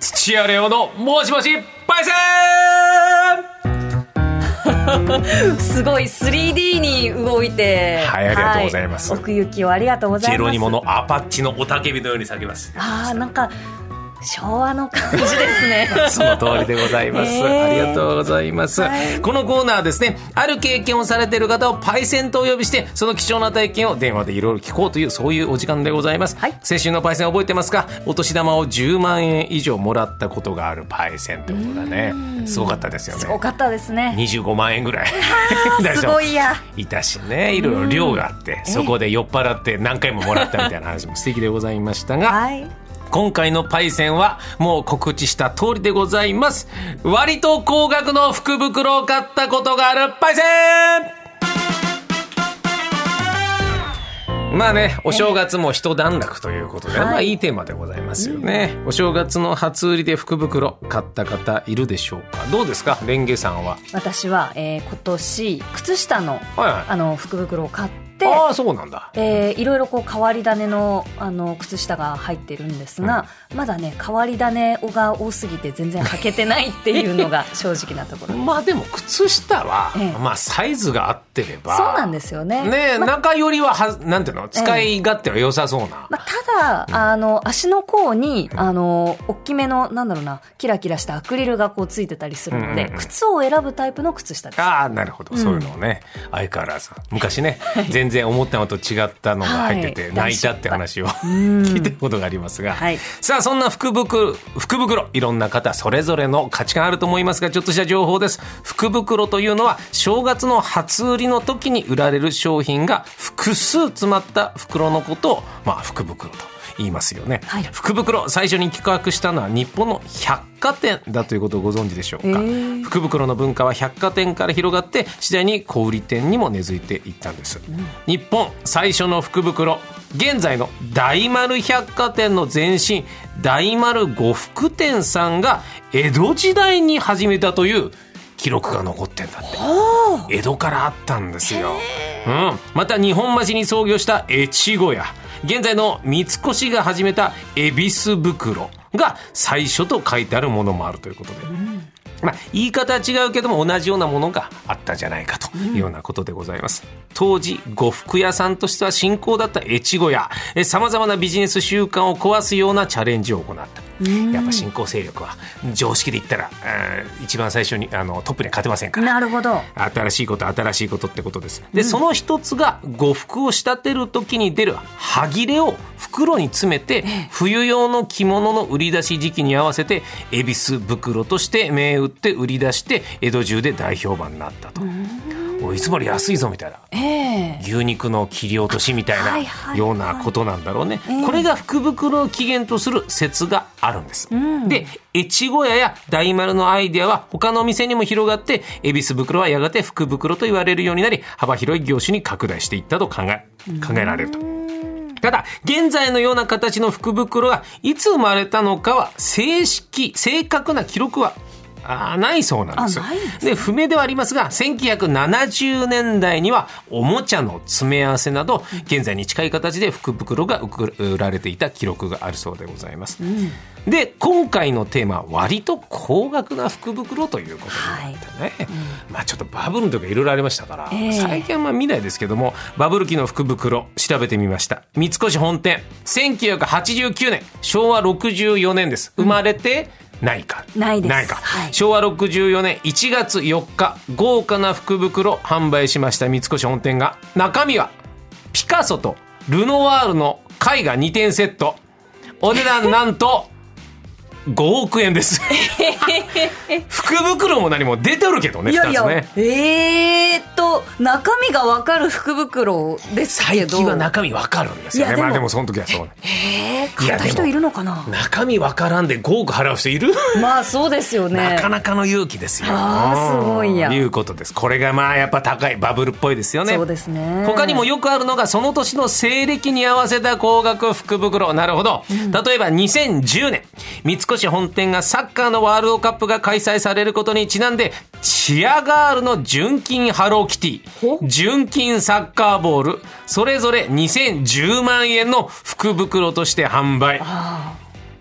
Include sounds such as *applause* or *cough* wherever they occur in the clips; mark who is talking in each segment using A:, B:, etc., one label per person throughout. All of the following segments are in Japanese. A: 土屋レオのもしもしパイセン
B: すごい 3D に動いて
A: はいありがとうございます
B: はい奥行きをありがとうござい
A: ジェ
B: ます
A: ロニモのアパッチの雄たけびのように叫ばせて
B: ああなんか昭和の感じですね *laughs*
A: その通りでございます、
B: えー
A: ありがとうございます、
B: はい
A: このコーナーはですねある経験をされている方をパイセンとお呼びしてその貴重な体験を電話でいろいろ聞こうというそういうお時間でございます、
B: はい
A: 先週のパイセン覚えてますかお年玉を10万円以上もらったことがあるパイセンってことだねすごかったですよね
B: すごかったですね
A: 25万円ぐらい *laughs* 出し
B: す
A: た
B: ごいや
A: いたしねいろいろ量があってそこで酔っ払って何回ももらったみたいな話も素敵でございましたが
B: はい
A: 今回のパイセンはもう告知した通りでございます割と高額の福袋を買ったことがあるパイセンまあねお正月も一段落ということで、
B: はい
A: まあいいテーマでございますよね、お正月の初売りで福袋買った方いるでしょうかどうですかレンゲさんは
B: 私は、えー今年靴下の
A: はいはい
B: あの福袋を買って
A: ああそうなんだ
B: えーいろいろこう変わり種のあの靴下が入ってるんですが、まだね変わり種が多すぎて全然履けてないっていうのが正直なところ *laughs*
A: まあでも靴下は、
B: ええ
A: まあサイズが合ってれば
B: そうなんですよね
A: ねえ、
B: ま
A: 中よりははなんていうの使い勝手は良さそうな、
B: まあ、ただあの足の甲にあの大きめのなんだろうなキラキラしたアクリルがこうついてたりするの
A: う
B: で、
A: んうんうん
B: 靴を選ぶタイプの靴下です
A: ああなるほど、そういうのをね相変わらず昔ね、全然思ったのと違ったのが入ってて、
B: はい
A: 泣いたって話を聞いたことがありますが、
B: はい
A: さあそんな福袋福袋いろんな方それぞれの価値観あると思いますがちょっとした情報です福袋というのは正月の初売りの時に売られる商品が複数詰まった袋のことをまあ福袋と言いますよね、
B: はい
A: 福袋最初に企画したのは日本の百貨店だということをご存知でしょうか、
B: へー
A: 福袋の文化は百貨店から広がって次第に小売店にも根付いていったんです、日本最初の福袋現在の大丸百貨店の前身大丸呉服店さんが江戸時代に始めたという記録が残ってんだって江戸からあったんですよ、うん、また日本橋に創業した越後屋現在の三越が始めた恵比寿袋が最初と書いてあるものもあるということで、まあ、言い方は違うけども同じようなものがあったんじゃないかというようなことでございます、当時呉服屋さんとしては新興だった越後屋さまざまなビジネス習慣を壊すようなチャレンジを行ったやっぱ新興勢力は常識で言ったら、えー一番最初にあのトップには勝てませんから
B: なるほど
A: 新しいこと新しいことってことですで、その一つが呉服を仕立てる時に出る端切れを袋に詰めて冬用の着物の売り出し時期に合わせて恵比寿袋として銘打って売り出して江戸中で大評判になったと。おいいつもより安いぞみたいな
B: ええ
A: 牛肉の切り落としみた
B: あはいいはいは
A: ないようなことなんだろうね、
B: ええ
A: これが福袋を起源とする説があるんです、で越後屋や大丸のアイデアは他のお店にも広がって恵比寿袋はやがて福袋と言われるようになり幅広い業種に拡大していったと考え考えられると。ただ、現在のような形の福袋がいつ生まれたのかは、正式、正確な記録は、あーないそうなんですよ
B: あないんです
A: で不明ではありますが1970年代にはおもちゃの詰め合わせなど現在に近い形で福袋が売られていた記録があるそうでございます、で今回のテーマは割と高額な福袋ということになってね、まあちょっとバブルの時はいろいろありましたから、
B: ええ
A: 最近はまあ見ないですけどもバブル期の福袋調べてみました三越本店1989年昭和64年です生まれてないか、
B: ないです
A: か、
B: はい
A: 昭和64年1月4日豪華な福袋販売しました三越本店が中身はピカソとルノワールの絵画2点セットお値
B: *laughs*
A: 段なんと5億円です福袋も何も出てるけどね
B: いやいや、
A: 2つね
B: えーっと中身がわかる福袋ですけ
A: 最
B: ど
A: 近は中身わかるんですよね
B: いやでも
A: まあでもその時はそうね
B: えー、
A: い
B: 買
A: や
B: った
A: で
B: 人
A: も
B: いるのかな
A: 中身わからんで5億払う人いる
B: まあそうですよね
A: なかなかの勇気ですよ。
B: あーすごいや
A: うんいうことです。これがまあやっぱ高いバブルっぽいですよね。
B: そうですね
A: 他にもよくあるのがその年の西暦に合わせた高額福袋なるほど、例えば2010年三越本店がサッカーのワールドカップが開催されることにちなんでチアガールの純金ハローキテ
B: ほ
A: ィ純金サッカーボールそれぞれ2010万円の福袋として販売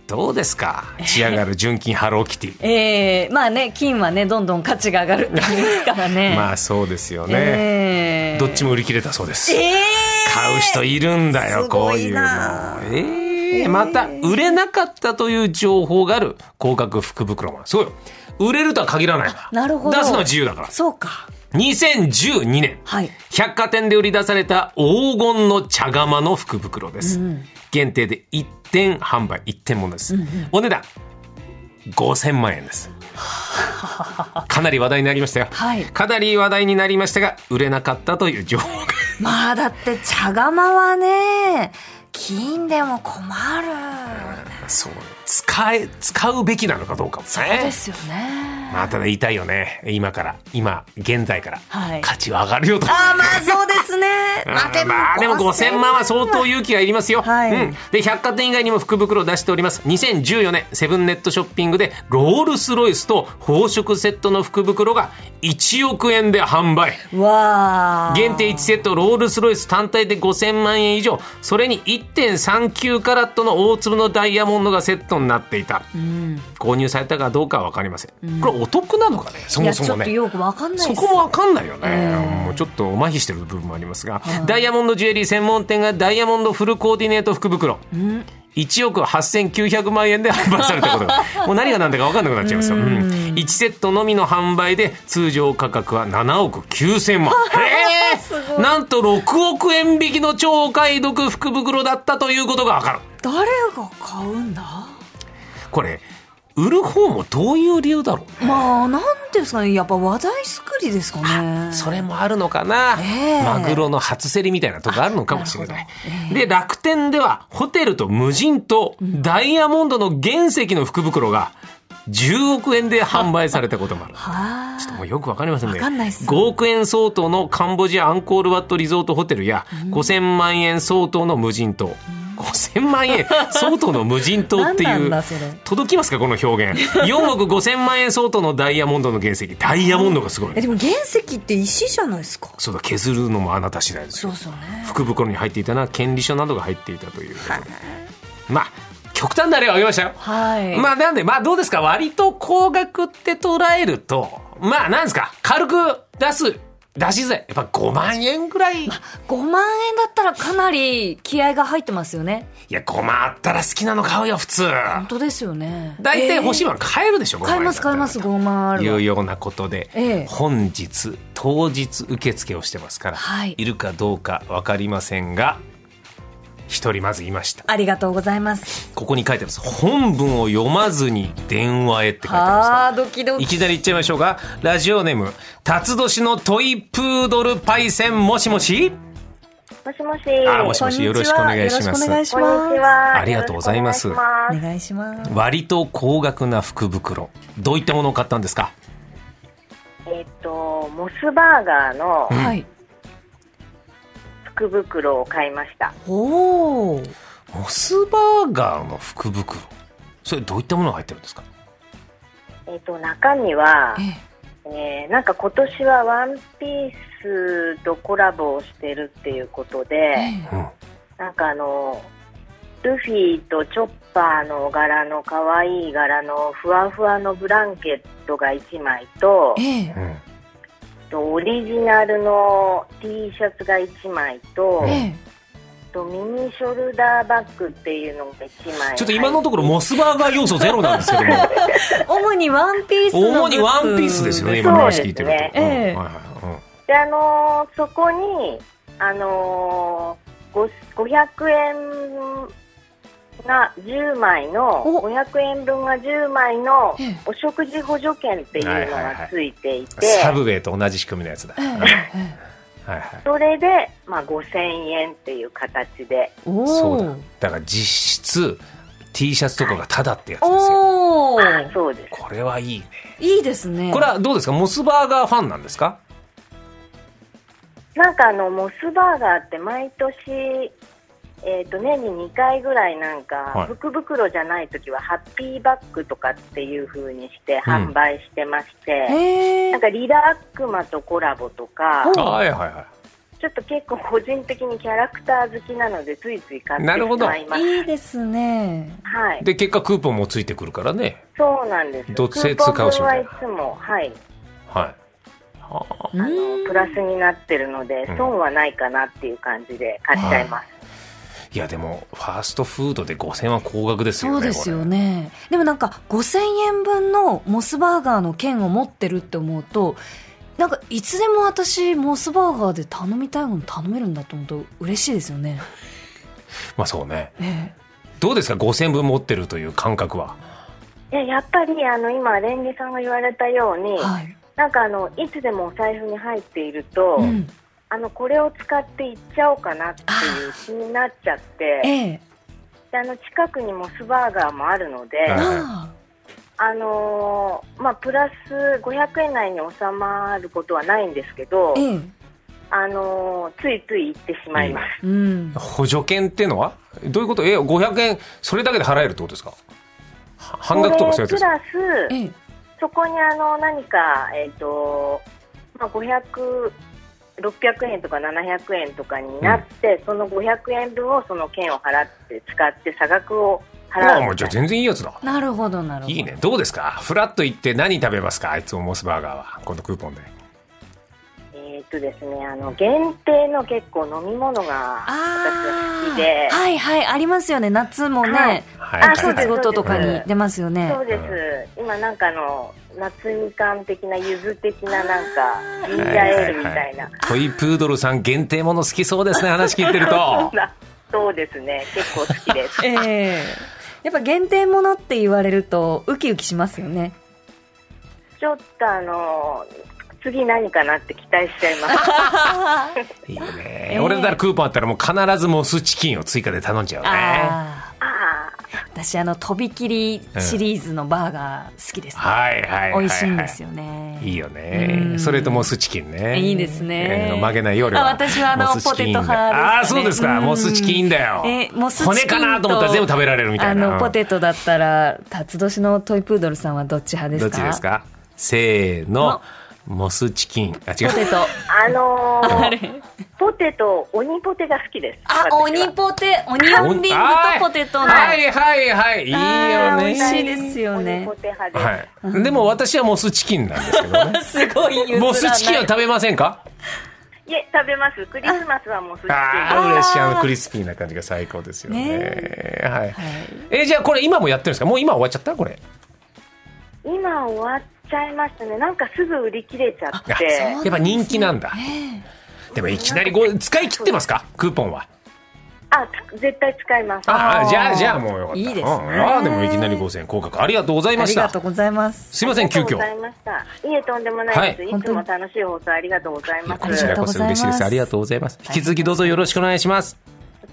A: どうですか仕上がる純金ハローキティ
B: えー、まあね金はねどんどん価値が上がるって言いますからね
A: まあそうですよね、
B: えー
A: どっちも売り切れたそうです、
B: えー
A: 買う人いるんだよ
B: すご
A: こうい
B: いう
A: の
B: な
A: えーまた売れなかったという情報がある広角福袋もそうよ売れるとは限らないから
B: なるほど
A: 出すのは自由だから
B: そうか
A: 2012年
B: はい
A: 百貨店で売り出された黄金の茶釜の福袋です、限定で1点販売1点ものです、お値段5000万円
B: *laughs*
A: ですかなり話題になりましたよ、
B: はい
A: かなり話題になりましたが売れなかったという情
B: *laughs*
A: 報が
B: まあだって茶釜はね金でも困る
A: そう使え使うべきなのかどうかもね
B: そうですよね
A: まあただ言いたいよね今から今現在から
B: はい
A: 価値は上がるよと、
B: ああまあそうですね
A: まあでも5000万は相当勇気がいりますよ、
B: はい
A: うん、で百貨店以外にも福袋を出しております2014年セブンネットショッピングでロールスロイスと宝飾セットの福袋が1億円で販売
B: わあ
A: 限定1セットロールスロイス単体で5000万円以上それに1.39カラットの大粒のダイヤモンドがセットになっていた、購入されたかどうかは分かりません、これお得なのかねそ
B: い
A: も
B: や
A: そ
B: ち
A: も
B: ょっと
A: ね
B: よくわかんない
A: そ
B: です
A: こも分かんないよね、
B: ええ
A: もうちょっと麻痺してる部分もありますが、ダイヤモンドジュエリー専門店がダイヤモンドフルコーディネート福袋、1億8900万円で販売されたこと
B: *laughs*
A: がもう何が何だか分かんなくなっちゃいますよ、うん1セットのみの販売で通常価格は7億9000万
B: *laughs*
A: えーなんと6億円引きの超お買い得福袋だったということが分かる
B: 誰が買うんだ
A: これ売る方もどういう理由だろう
B: まあなんていうんですかねやっぱ話題作りですかね
A: それもあるのかな、
B: ええ
A: マグロの初競りみたいなとこあるのかもしれない。で、楽天ではホテルと無人島、ダイヤモンドの原石の福袋が10億円で販売されたこともある。
B: は
A: もうよくわかりませんね。
B: わかんないっす
A: 5億円相当のカンボジアアンコールワットリゾートホテルや、5000万円相当の無人島。5000万
B: *laughs*
A: 円相当の無人島って
B: 何
A: い
B: なん
A: う
B: だそれ
A: 届きますかこの表現4億5000万円相当のダイヤモンドの原石ダイヤモンドがすごい
B: えでも原石って石じゃないですか
A: そうだ削るのもあなた次第です
B: そ
A: よ
B: うそうね
A: 福袋に入っていたのは権利書などが入っていたということでまあ極端な例を挙げましたよ、
B: はい
A: まあなんでまあどうですか割と高額って捉えるとまあなんですか軽く出す出しづらいやっぱ5万円ぐらいい
B: 5万円だったらかなり気合が入ってますよね
A: や5万あったら好きなの買うよ普通
B: 本当ですよね
A: 大体欲しい
B: わ
A: もの買えるでしょ、5万
B: 買い
A: 円だ
B: ま
A: っ
B: す
A: たら
B: 買います5万あ
A: とい
B: るわ
A: うようなことで、
B: ええ
A: 本日当日受付をしてますから、
B: はい
A: いるかどうか分かりませんが一人まずいました
B: ありがとうございます
A: ここに書いてます。本文を読まずに電話へって書いてますか
B: はあドキド
A: ら。い
B: キ
A: きなり言っちゃいましょうか。ラジオネーム、辰年のトイプードルパイセン、もしもし
C: もしもし。
A: あもしもしよろしくお願いします
B: こんにちはよろしく
C: こん
B: お願いします
C: にちは。
A: ありがとうございます
C: よろしくお願いします
B: お願いします
A: 割と高額な福袋。どういったものを買ったんですか
C: えっ、と、モスバーガーの
B: はい
C: 福袋を買いました。
B: おお
A: モスバーガーの福袋。それどういったものが入ってるんですか
C: えっ、と、中身は、
B: ええ
C: えーなんか今年はワンピースとコラボをしてるっていうことで、
B: え
A: うん。
C: なんかあの、ルフィとチョッパーの柄の可愛い柄のふわふわのブランケットが1枚と、
B: えええ
A: うん。
C: あとオリジナルの T シャツが1枚と、
A: え
B: え
C: えっとミニショルダーバッグっていうのが1枚
A: ちょっと今のところモスバーガー要素ゼロなんですけども、
B: 主にワンピースの
A: 主にワンピースですよね、今の話聞いてる
C: そう
A: と。
B: ですねええ
A: うんはいはいうん
C: であのーそこにあのーご500円が10枚の
B: お
C: 500円分が10枚の
B: ええ
C: お食事補助券っていうのがついていて、
A: サブウェイと同じ仕組みのやつだ。
B: ええ
A: うん
B: ええ
A: はいはい。
C: それで、まあ、5000円っていう形で
B: おー
A: そうだ。だから実質 T シャツとかがタダってやつですよ。
B: おお
C: そうです
A: これはいいね。
B: いいですね
A: これはどうですかモスバーガーファンなんですか
C: なんかあのモスバーガーって毎年、えー、と年に2回ぐらいなんか、
A: はい
C: 福袋じゃない時はハッピーバッグとかっていう風にして販売してまして、
B: へえ
C: なんかリラックマとコラボとか
B: お
A: あはいはいはい。
C: ちょっと結構個人的にキャラクター好きなのでついつい買って
A: なるほ
C: し
A: ど
C: まいます。
B: いいですね。
C: はい。
A: で結果クーポンもついてくるからね
C: そうなんです。
A: どっちで使うし
C: ク
A: み
C: ーポン分
A: た
C: はいい
A: な
C: つもは
A: は
C: い。
A: いはあ
C: あのプラスになってるので
A: うん
C: 損はないかなっていう感じで買っちゃいます。
A: いやでもファーストフードで5000は高額ですよ
B: そ
A: ね
B: うですよね。でもなんか5000円分のモスバーガーの券を持ってるって思うと、なんかいつでも私モスバーガーで頼みたいもの頼めるんだと思うと嬉しいですよね。
A: これまあそうね
B: え
A: どうですか5000分持ってるという感覚はい
C: ややっぱりあの今レンジさんが言われたように、
B: えはい。
C: なんかあのいつでもお財布に入っていると、
B: うん。
C: あのこれを使って行っちゃおうかなっていう気になっちゃって
B: ええ。
C: であの近くにモスバーガーもあるので、
A: はい
B: あ
C: あのーまあ、プラス500円内に収まることはないんですけど
B: あ。、ええ。
C: あのーついつい行ってしまいます。
B: うん。
A: 補助券ってのはどういうことえ500円それだけで払えるってことですかは半額とかそういうやつ
C: それ
A: です
C: プ
A: か
C: ラス
B: ええ。
C: そこにあの何か、えっとまあ、500 600円とか700円とかになって、その500円分をその券を払って使って差額を払
A: ああ
C: う
A: もう
C: み
A: じ
C: た
A: ゃあ
C: い
A: 全
C: な
A: 然いいやつだ
B: なるほどなるほど。
A: いいねどうですかフラッと行って何食べますかいつもモスバーガーはこのクーポンで
C: えっとですねあの限定の結構飲み物が私は
B: あ
C: 好きで
B: あ。はいはいありますよね夏も
C: は
B: ね
C: い
A: はい
C: あ
A: はい
B: 季
C: そうです
B: 節ごととか
A: そう
B: に
C: です
B: 出ますよね
C: そうです、今なんかあの夏みかん的な柚子的ななんか
B: あー
C: ジンジャーエールみたいな、
A: トイプードルさん限定もの好きそうですね話聞いてると
C: *laughs* そうですね結構好きです
B: ええやっぱ限定ものって言われるとウキウキしますよ
C: *laughs*
B: ね
C: ちょっとあの次何かなって期待しちゃいます
B: *laughs*
A: いいね、
B: えー
A: 俺だったらクーポンあったらもう必ずモスチキンを追加で頼んじゃうね
B: ああ
C: ああ
B: 私あのとびきりシリーズのバーガー好きですね、
A: はいはいはい、はい、
B: 美味しいんですよね
A: いいよ
B: う
A: ね
B: ん
A: それとモスチキンね
B: いいですね
A: えー曲げないよ俺は
B: あ私はあの
A: モスチキン
B: ポテト派ですかね
A: ああそうですか
B: うん
A: モスチキンいいんだよ、
B: えモスチキンと
A: 骨かなと思ったら全部食べられるみたいな
B: あのポテトだったら辰年のトイプードルさんはどっち派で
A: ど
B: す
A: っ
B: か
A: ちですかせーのモスチキンあ違
B: ポテ
A: う
B: ト
C: あのー
B: あれ
C: ポテト鬼ポテが好きです
B: あ
C: 私、は
B: 鬼ポテ、オニオンリングとポテトの。
A: はいはいはいいいよ
B: あー
A: ね
B: 美味しいですよね
C: 鬼ポテ派です、
A: はい、でも私はモスチキンなんですけどね
B: すごい譲らない。
A: モスチキンは食べませんか
C: い、え食べますクリスマスはもうすぐ
A: あ
B: ー
A: あ嬉しいあのクリスピーな感じが最高ですよね
B: ね
A: はい、
B: はい
A: えじゃあこれ今もやってるんですかもう今終わっちゃったこれ
C: 今終わっちゃいましたねなんかすぐ売り切れちゃっ
A: あ
C: て
A: やっぱ人気なんだ
B: ね
A: でもいきなりご使い切ってますかクーポンは
C: あつ絶対使います
A: あ
B: あ
A: あ
B: ー
A: じゃあじゃあもうよかった
B: いいですね
A: うんあーでもいきなり5000高額ありがとうござい
B: あ
A: ま
B: り
A: し
B: が
A: た
B: とうございます。
A: すいません急遽
C: ありがとうございました。いえ、とんでもないです。
A: はい
C: い、つも楽しい放送ありがとうござい
A: いや
C: ます。
A: こ
C: こ
A: ちらこそ嬉しいですあ
B: あ
A: り
B: り
A: が
B: が
A: と
B: と
A: うございます引き続きどうぞよろしくお願いします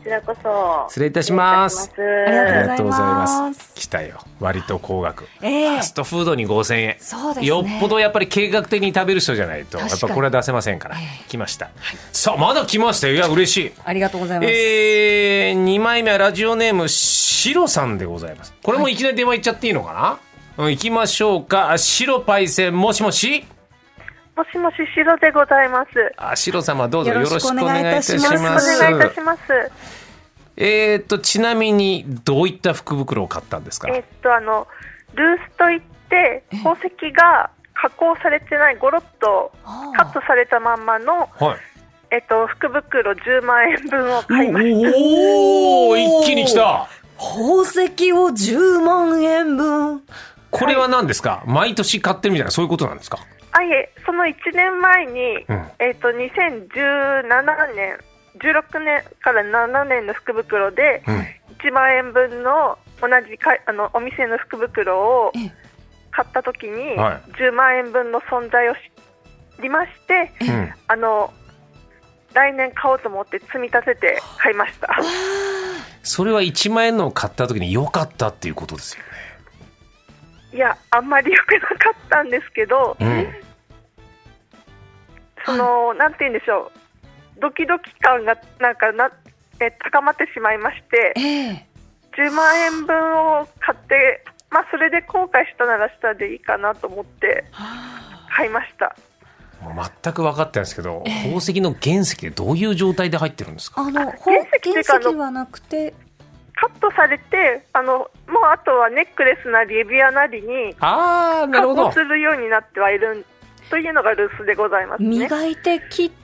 C: ちらこそ。
A: 失礼いたします
C: 失礼い
B: あ
C: たし
B: り
A: あ
B: が
A: りがと
B: と
A: うご
B: うご
A: ざ
B: ざ
A: い
B: い
A: ま
B: ます
A: す来たよ割と高額フ
B: ええ
A: ァストフードに5000円
B: そうですね
A: よっぽどやっぱり計画的に食べる人じゃないとや
B: 確
A: っ
B: かに
A: ぱこれは出せませんから、
B: え
A: 来ました、さあまだ来ましたよいや嬉しい
B: ありがとうございます。
A: えー、2枚目はラジオネームシロさんでございますこれもいきなり電話いっちゃっていいのかな、うん、行きましょうかあシロパイセンもしもし
C: もしもし、しろでございます。
A: あシロ様どうぞよ
B: よ
A: ろ
B: ろ
A: し
B: し
A: く
B: く
A: お
B: お
A: 願
B: 願
A: い
B: い
A: いた
B: いた
A: し
B: し
A: ま
B: ますす
C: ます。
A: えー、とちなみにどういった福袋を買ったんですか、
D: えっとあのルースといって宝石が加工されてないゴロッと
B: あー
D: カットされたまんまの、
A: はい
D: えっと、福袋10万円分を買いました
A: おお
B: おー
A: 一気に来た
B: 宝石を10万円分。
A: これは何ですか、毎年買ってるみたいなそういうことなんですか
D: あいえその1年前に、
A: うん
D: えっと、2017年16年から7年の福袋で、
A: うん
D: 1万円分の同じかあのお店の福袋を
B: ええ
D: 買った時に、
A: は
D: 10万円分の存在を知りまして、
A: うん
D: あの来年買おうと思って積み立てて買いました。
A: それは1万円のを買った時に良かったっていうことですよ
D: いやあんまり良くなかったんですけど、
A: ね。
D: そのなんて言うんでしょう、ドキドキ感がなんかなえ高まってしまいまして、
B: ええ
D: 10万円分を買って、まあそれで後悔したならしたでいいかなと思って買いました。
A: うもう全く分かってないんですけど、宝石の原石ってどういう状態で入ってるんですか
B: あの、ほ
D: 原石っ
B: 原
D: ていうか
B: 石はなくて、
D: カットされてあのもうあとはネックレスなり指輪なりに
A: ああな
D: 加
A: るほ
D: 工
A: ど
D: するようになってはいるんというのがルースでございますね。
B: 磨いて切って、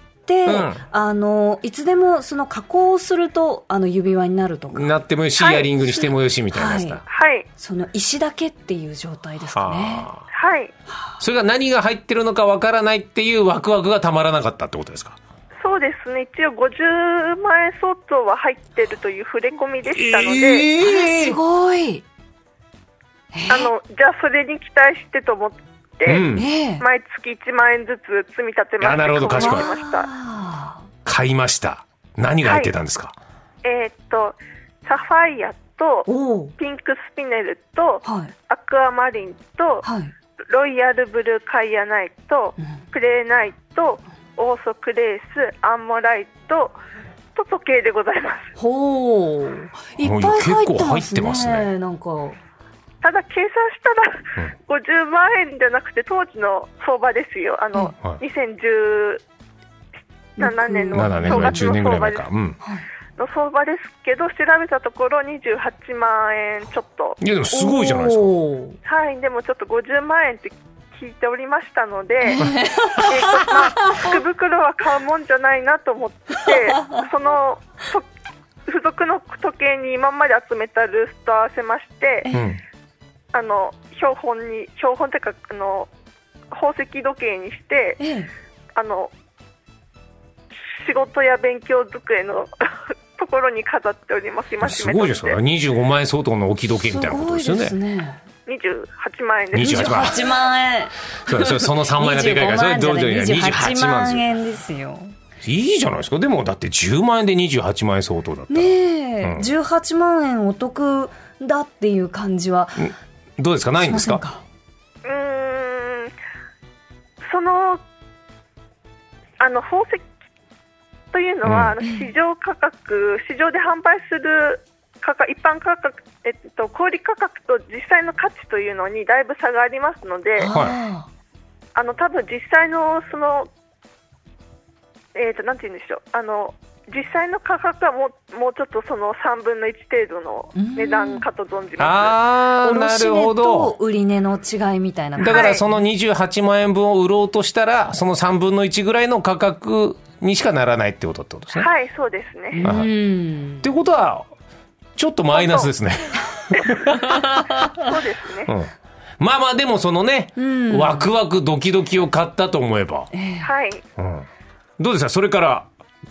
A: うん
B: あの、いつでもその加工をすると、あの、指輪になるとか、
A: なってもよし、イ
D: はい
A: ヤリングにしてもよしみたいなやつだ、
B: は
D: はい
B: その石だけっていう状態ですかね。
A: はあ
D: はい
A: それが何が入ってるのかわからないっていうワクワクがたまらなかったってことですか
D: そうですね一応50万円相当は入ってるという触れ込みでしたので、
A: え
B: すごい。
D: あのじゃあそれに期待してと思って、
A: うん、
B: ねえ。
D: 毎月1万円ずつ積み立てま
A: あ
D: して
A: なるほど
D: 買
A: 賢い
D: いました
B: わ
A: 買いました何が入ってたんですか、
D: えーっとサファイアと
B: ーおお。
D: ピンクスピネルと
B: はい。
D: アクアマリンと
B: はい。
D: ロイヤルブルーカイアナイト
B: うん
D: プレーナイトオーソクレースアンモライトと時計でございます
B: ほう。いっぱい入ってま
A: 結
B: すね。
A: 構入ってますね
B: なんか。
D: ただ計算したら、50万円じゃなくて当時の相場ですよあの、
A: はい
D: 2017年の
A: 7年
D: 正
A: ぐらい
D: 月
A: 10年
D: の
A: ぐらい前
D: 相場です
A: か、うん、
D: の相場ですけど調べたところ28万円ちょっと
A: いやでもすごいじゃないですか
B: おー
D: はいでもちょっと50万円って聞いておりましたの
B: *laughs*
D: で、えーとまあ、福袋は買うもんじゃないなと思
B: *laughs*
D: ってそのと付属の時計に今まで集めたルースと合わせまして
B: え
A: うん、
D: あの標本に標本というかあの宝石時計にして
B: ええ。
D: あの仕事や勉強机の *laughs* ところに飾っております今
A: すごいですから25万円相当の置き時計みたいなことですよね
B: ごいですね。
D: 28万円です
A: 28万
B: 28万円。
A: そうそれその3万円がでかいからそれどうどう
B: 25
A: や
B: 万
A: ら
B: じゃ
A: 28
B: ない28
A: 万ですよ
B: 万円ですよ。
A: いいじゃないですかでもだって10万円で28万円相当だったら、
B: ねえ、
A: うん
B: 18万円お得だっていう感じは
A: どうですかないんですか
B: しません
D: うーんそのあの宝石というのは、あの市場価格市場で販売する価格一般価格、えっと、小売価格と実際の価値というのにだいぶ差がありますので
A: はい
B: あ
D: あの多分実際のそのえっ、となんて言うんでしょうあの実際の価格はもうもうちょっとその3分の1程度の値段かと存じます。
A: ああ
B: ー
A: なるほ
B: 卸値と
A: ど
B: 売値の違いみたいな感じ
A: だからその28万円分を売ろうとしたらその3分の1ぐらいの価格にしかならないってことってことですね、
D: はい、そうですね。
A: あはい
B: うん
A: っ。てことはちょっとマイナスですね、
D: そうですね
A: う。ん、まあまあでもそのね、
B: うん
A: ワクワクドキドキを買ったと思えば、
D: はい。
A: うん、どうですかそれから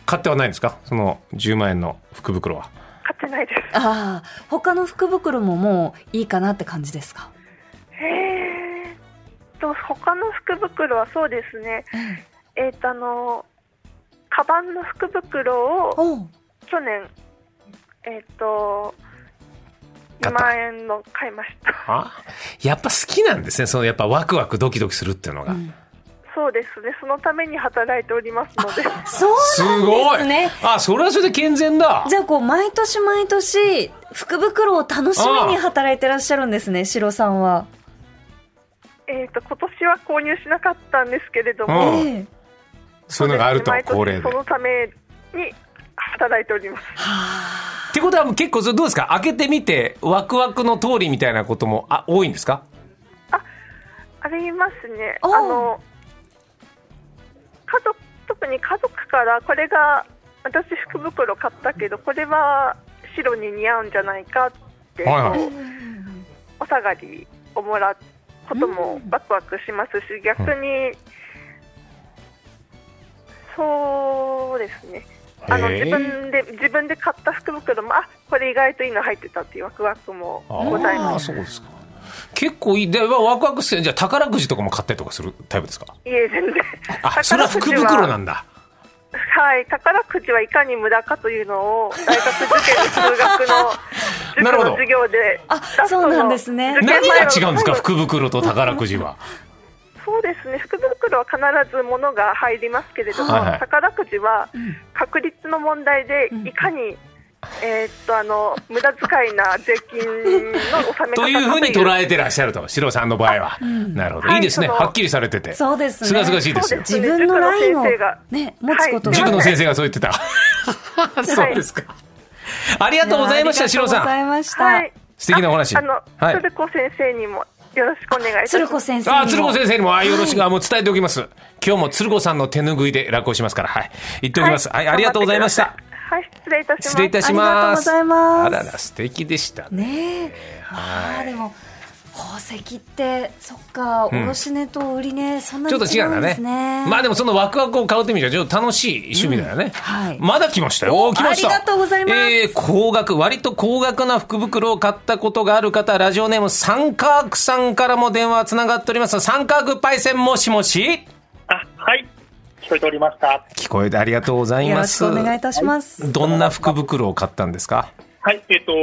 A: 買ってはないんですかその10万円の福袋は
D: 買ってないです。
B: ああ、他の福袋ももういいかなって感じですか。
D: へえ。と他の福袋はそうですね。えっ、とあのカバンの福袋を
B: おう
D: 去年えっ、と
A: 買
D: 2
A: った
D: 万円の買いました。
A: あやっぱ好きなんですねそのやっぱワクワクドキドキするっていうのが、
B: ん
D: そうですね。そのために働いておりま
A: *laughs*
D: すので。
B: そう
A: す
B: な
A: ご
B: ん
A: い
B: ですね。
A: あそれはそれで健全だ
B: じゃあこう毎年毎年福袋を楽しみに働いてらっしゃるんですね、シロさんは。
D: えっと今年は購入しなかったんですけれど
A: う
D: も、
A: ん
B: ええ
A: そういうのがあると
D: 毎年
A: 恒例で
D: そのために働いております。
A: ってことはもう結構それどうですか開けてみてワクワクの通りみたいなこともあ多いんですか
D: ありますね。あ
B: おう
D: の家族特に家族からこれが私福袋買ったけどこれは白に似合うんじゃないかって、
A: はいはい
D: こうお下がりをもらうこともワクワクしますし、逆に、そうですね。あの
A: へえ
D: 自分で自分で買った福袋もあこれ意外といいの入ってたっていうワクワクもござい
A: あ
D: ま
A: ー
D: す。
A: そうですか結構いいでわワクワクしてじゃあ宝くじとかも買ったりとかするタイプですか
D: いえ全然。
A: あそれは福袋なんだ
D: はい、宝くじはいかに無駄かというのを大学受験の
A: *laughs*
D: 数学の
A: なる
D: 塾
A: ほ
D: の
A: ど
D: 授業で
B: あそうなんですね
D: 受験
A: 何
D: 前の
A: が違うんですか福袋と宝くじ *laughs* は
D: そうですね福袋は必ず物が入りますけれども、
A: はいはい
D: 宝くじは確率の問題で
B: ん
D: いかにえーっとあの無駄遣いな税金の納め方
A: というふうに捉
D: え
A: えてらっしゃると、シロさんの場合は。なるほど。
D: はいい
A: いですね。
D: その
A: はっきりされてて。
B: そうですね
A: すがすがしいですよ。
D: そ
B: 自分のラインを
D: 塾の先生が
B: ね持つこと
D: はい
A: 塾の
B: が
A: 先生がそう言ってた。そうですか。ありがとうございました、シロ
B: ありがとうご
A: さ
B: ざ
A: ん。
B: いました、
D: はい
A: 素敵なお話
D: ああの、
A: はい
D: 鶴子先生にもよろしくお願いいたします
B: 鶴子先生にも
A: あ、鶴子先生にも、あ、よろしく、あ、もう伝えておきます。今日も鶴子さんの手拭いで落語しますから、はい。言っておきます。はい、ありがとうございました。
D: はい失礼いたします
A: 失礼いたします。
B: ありがとうございます
A: あらら、素敵でしたね。
B: ねえ、ああでも宝石ってそっか卸値と売り値、そんな
A: ちょ
B: に
A: っと違
B: 違
A: うん
B: う
A: だ
B: んで
A: ね
B: すね。
A: まあでもそのワクワクを買うって意味じゃちょっと楽しい趣味だよね、
B: はい
A: まだ来ましたよおー来ました
B: ありがとうございます
A: えー、高額割と高額な福袋を買ったことがある方ラジオネームサンカークさんからも電話つながっておりますサンカークパイセンもしもし
E: あ、はい。聞こえておりました。
A: 聞こえてありがとうござい
B: よろ
A: ま
B: し
A: す
B: くお願いいたします。
A: どんな福袋を買ったんですか
E: はい。えっ、と、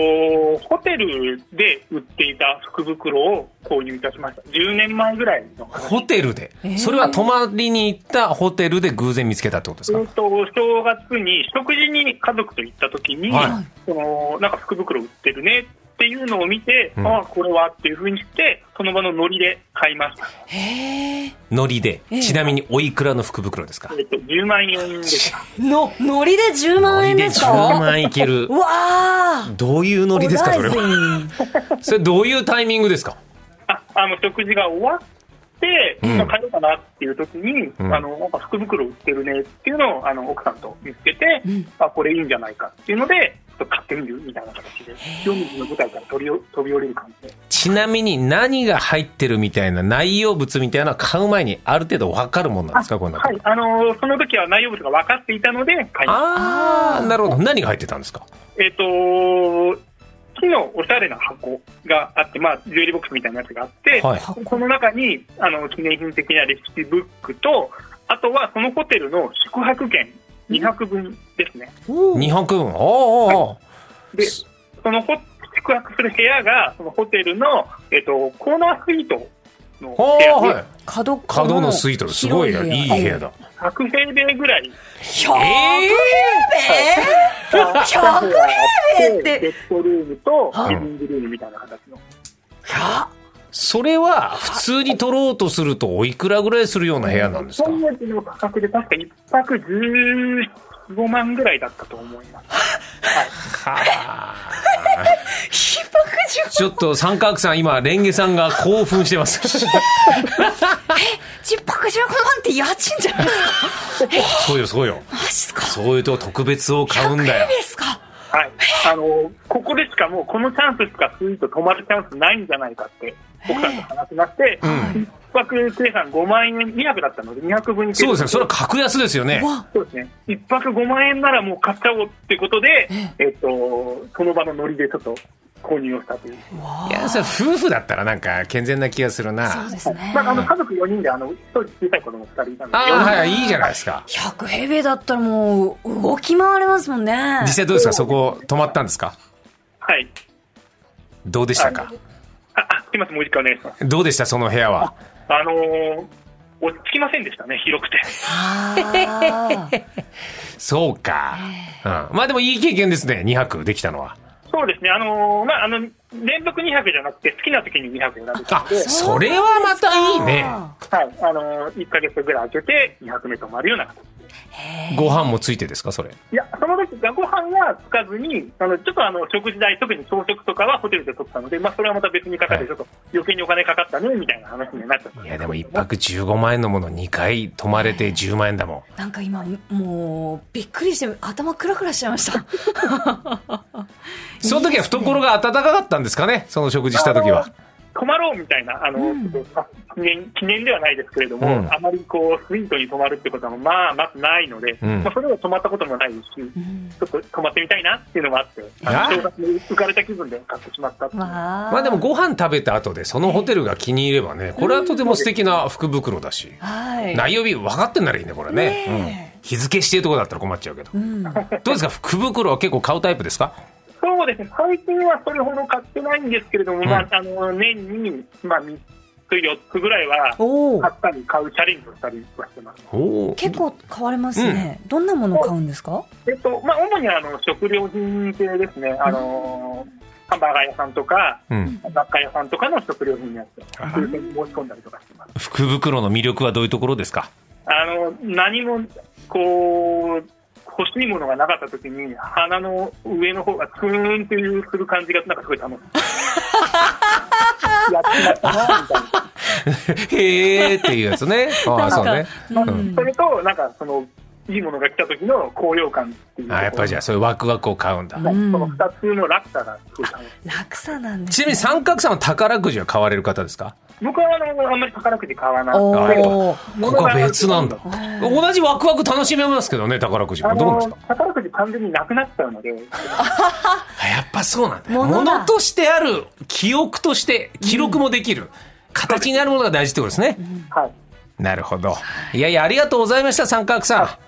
E: ホテルで売っていた福袋を購入いたしました。10年前ぐらいの。
A: ホテルで、
B: えー
A: それは泊まりに行ったホテルで偶然見つけたってことですか、
E: えっと、お正月に、食事に家族と行った時に、
A: は
E: その、なんか福袋売ってるねっていうのを見て、
A: うん
E: ああ、これはっていうふうにして、その場のノリで買いました。
B: へえ。
A: ノリで、
B: ええ
A: ちなみにおいくらの福袋ですか
E: えっ、と、10万円でした。
B: のノリで10万
A: ノ
B: 円
A: リで
B: です
A: 10
B: か。
A: 万いける
B: うわあ。
A: どういうノリですかそれ
B: お
A: は。
B: 大事に
A: それどういうタイミングですか。
E: あ、あの、食事が終わって、
A: うん
E: まあ帰ろうかなっていう時に、
A: うん
E: あの、なんか福袋売ってるねっていうのを、あの、奥さんと見つけて、
B: うん
E: あ、これいいんじゃないかっていうので、ちょっと買ってみるみたいな形で、清水の舞台から飛びお飛び降りる感じで。
A: ちなみに何が入ってるみたいな内容物みたいなのは買う前にある程度わかるもんなんですかこんなの。
E: はい、あのーその時は内容物が分かっていたので買いまし
A: ああなるほど何が入ってたんですか。
E: た。えっ、と木のおしゃれな箱があって、まあ、ジュエリーボックスみたいなやつがあって、
A: はい。
E: その中にあの記念品的なレシピブックと、あとはそのホテルの宿泊券200分ですね。
B: お
A: 二
B: ー
A: 泊分。おーおーお
E: で、そのホ宿泊する部屋が、そのホテルの、えっとコーナースイート
A: ー。
E: の
A: おー
E: 部屋
A: は
E: で
A: い。
B: 角っこ
A: 角のスイートですごいよ
B: 広
A: いい部屋。だ。
E: 100平米ぐらい
B: 100
A: え
B: 平米 ?100 平米って
E: ベッドルームと
B: はい
E: リビングルームみたいな形の。
A: それは普通に取ろうとするとおいくらぐらいするような部屋なんですか。
E: 今月の価格で確か1泊15万ぐらいだったと思います。
A: はあ。
B: 1泊
A: ちょっと三角さん今レンゲさんが興奮して *laughs* ます。
B: 10 10泊15万って家賃じゃないですか。
A: そうよそうよ。
B: マジっすか
A: *laughs* そういうと特別を買うん
B: 100
A: だ
B: 平
A: よ
B: 米。ですか
E: はい。あの、ここでしかもうこのチャンスしかスイート泊まるチャンスないんじゃないかって、奥さんと話しまして、1泊計算5万円、2泊だったので2泊分に計
A: そう
E: 算
A: ですね。それは格安ですよね。
B: わ
E: そうですね。1泊5万円ならもう買っちゃおうってことで、えっと、その場のノリでちょっと購入をしたという。
A: いや、それ夫婦だったらなんか健全な気がする
B: そう
A: な。
B: ですね。
E: まあ、あの家族4人で、あの、一人小さい子供2人いたので、
A: あ
E: 四
A: あ、
E: 人
A: はい、いいじゃないですか。
B: 100平米だったらもう動き回れますもんね。
A: 実際どうですかそこ止まったんですか
E: はい。
A: どうでしたか
E: あ、あすみません、もう一回お願いします。
A: どうでしたその部屋は。
E: あのー、落ち着きませんでしたね、広くて。
B: あ *laughs* ー
A: そうか。うん。まあでもいい経験ですね。2泊できたのは。
E: そうですね、あのー、まあ、あの、連続2泊じゃなくて、好きな時に2泊選べた
A: あ
E: の、で、
A: それはまたいいね。
E: はい、あのー、1ヶ月ぐらい空けて、2泊目泊まるような形。
A: ご飯もついてですかそれ。
E: いや、その時、ご飯はつかずに、あの、ちょっとあの、食事代、特に朝食とかはホテルで取ったので、まあ、それはまた別にかかっ
A: は
E: て、
A: い
E: ちょっと余計にお金かかったね、みたいな話になっちゃった。
A: いや、でも1泊15万円のもの2回泊まれて10万円だもん。
B: なんか今もうびっくりして頭クラクラしちゃいました
A: その時は懐が温かかったんですかねその食事した時は。
E: 泊まろうみたいな、あの、
B: うん
E: ちょっと記念、記念ではないですけれども、
A: うん
E: あまりこう、スイートに泊まるってことは、まあ、まずないので、
A: うん
E: まあ、それは泊まったこともないし、
B: *laughs* うん
E: ちょっと泊まってみたいなっていうのもあって、
A: あ
E: あ
A: ー
E: の正月に浮かれた気分で買ってしまったっていう。
B: まあ
A: まあでもご飯食べた後でそのホテルが気に入ればね、これはとても素敵な福袋だし。
B: はい
A: 内容日分かってんならいいね、これね。
B: ね
A: うん日付してるとこだったら困っちゃうけど。
B: う
A: ど
B: ん、
A: うですか福袋は結構買うタイプですか
E: そうですね、最近はそれほど買ってないんですけれども、
A: うん
E: まあ、あの、年に、まあ、3つ、4つぐらいは、
B: おお
E: 買ったり、買う、チャレンジをしたりはしてます。
A: おー
B: 結構買われますね、どんなもの買うんですか
E: えっと、まあ、主にあの食料品系ですね。あのーハンバーガー屋さんとか、
A: うん、
E: 雑貨屋さんとかの食料品のやつ、
A: あら
E: そういうのに申し込んだりとかしてます。
A: 福袋の魅力はどういうところですか *laughs*
E: あの、何も、こう、欲しいものがなかった時に、鼻の上の方がツーンっていうする感じが、なんかすごい *laughs* 楽しい。やってまったな、みたいな。
A: へーっていうやつ *laughs* ね。ああ、そうね。
B: なんか
A: うん
E: それと、なんか、その、いいものが来た時の高揚感っていうところ。
A: あやっぱりじゃあ、そういうワクワクを買うんだ。
E: はい、
B: うん
E: その2つの落差がすごい楽しい。
B: 落差なんです
A: ちなみに三角さんは宝くじは買われる方ですか
E: 僕はあの、あんまり宝くじ買わない。
B: お
A: あやっぱ
B: お
A: ここは別なんだ。
B: ー
A: 同じワクワク楽しめますけどね、宝くじ
E: あ
A: も。どうなん
E: の
A: ですか
E: 宝くじ完全になくなっちゃうので、
A: あやっぱそうなんだ。
B: 物だ
A: 物としてある、記憶として、記録もできる。形になるものが大事ってことですね。
E: はい。
A: なるほど。いやいや、ありがとうございました、三角さ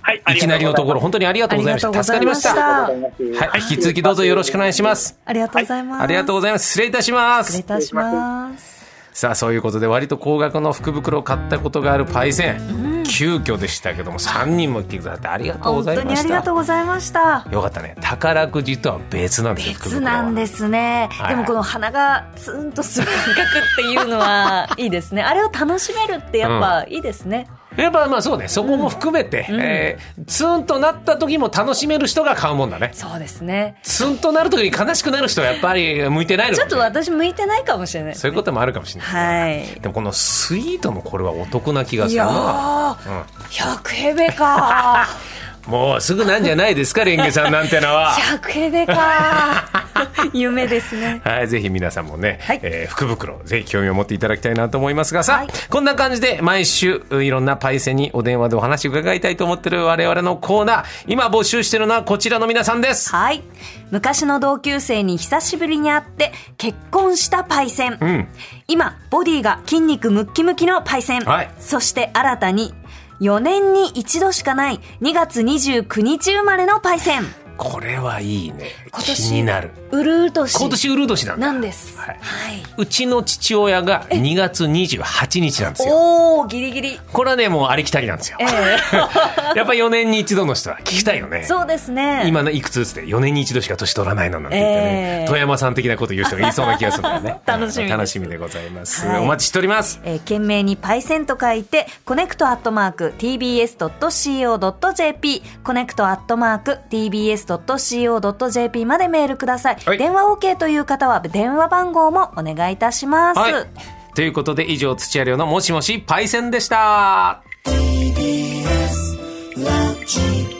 E: はい、
A: ん。いきなりのところ、
E: 本
A: 本当にありがとうございました。助かりました。
B: ありがとうございま
A: は
B: し
E: 当にありがとうございます。
A: い、引き続きどうぞよろしくお願いします。
B: ありがとうございます、
A: ありがとうございます。失礼いたします。
B: 失礼いたします
A: さあそういうことで割と高額の福袋を買ったことがあるパイセン、急遽でしたけども3人も来てくださってありがとうご
B: 本
A: ざ
B: 当
A: いま
B: にあ
A: し
B: りがと
A: た
B: うございました
A: よかったね宝くじとは別なんですよ
B: 別なんですすね、
A: はい
B: でもこの鼻がツーンとする感覚っていうのはいいですねあ *laughs* れを楽しめるってやっぱいいですね、
A: やっぱまあそうねそこも含めて、
B: うん
A: えーツンとなった時も楽しめる人が買うもんだね
B: そうですね
A: ツンとなる時に悲しくなる人はやっぱり向いてないの
B: ち
A: か
B: ょ
A: も
B: っ
A: ね
B: と私向いてないかもしれない
A: そういうこともあるかもしれない、
B: はい
A: でもこのスイートのこれはお得な気が
B: い
A: する
B: や
A: な
B: ー、100平米か
A: *laughs* もうすぐなんじゃないですかレンゲさんなんての
B: *laughs*
A: は
B: 100平米か夢ですね
A: はい、ぜひ皆さんもね、
B: はい
A: えー福袋、ぜひ興味を持っていただきたいなと思いますがさあ、
B: はい
A: こんな感じで毎週いろんなパイセンにお電話でお話伺いたいと思ってる我々のコーナー、今募集してるのはこちらの皆さんです。
B: はい昔の同級生に久しぶりに会って結婚したパイセン、
A: うん。
B: 今ボディが筋肉ムッキムキのパイセン、
A: はい
B: そして新たに4年に一度しかない2月29日生まれのパイセン
A: これはいいね。
B: 今年
A: 気になる。
B: うるう年
A: 今年うるう年なんだ。
B: なんです
A: は
B: はいい、
A: うちの父親が2月28日なんですよ。
B: おおギリギリ
A: これはね、もうありきたりなんですよ
B: え。
A: *laughs* やっぱ4年に一度の人は聞きたいよね。
B: えそうですね
A: 今のいくつっつって4年に一度しか年取らないのなんて言ってね、
B: えー
A: 富山さん的なこと言う人がいそうな気がするんだよね
B: *laughs* 楽しみです
A: 楽しみでございます、
B: はい
A: お待ちしております
B: えー、懸命にパイセンと書いて、コネクトアットマーク tbs.co.jp、コネクトアットマーク tbs.co.jp までメールください。
A: はい
B: 電話 OK という方は電話番号もお願いいたします。
A: はいということで以上土屋亮のもしもしパイセンでした
F: TBS ラジオ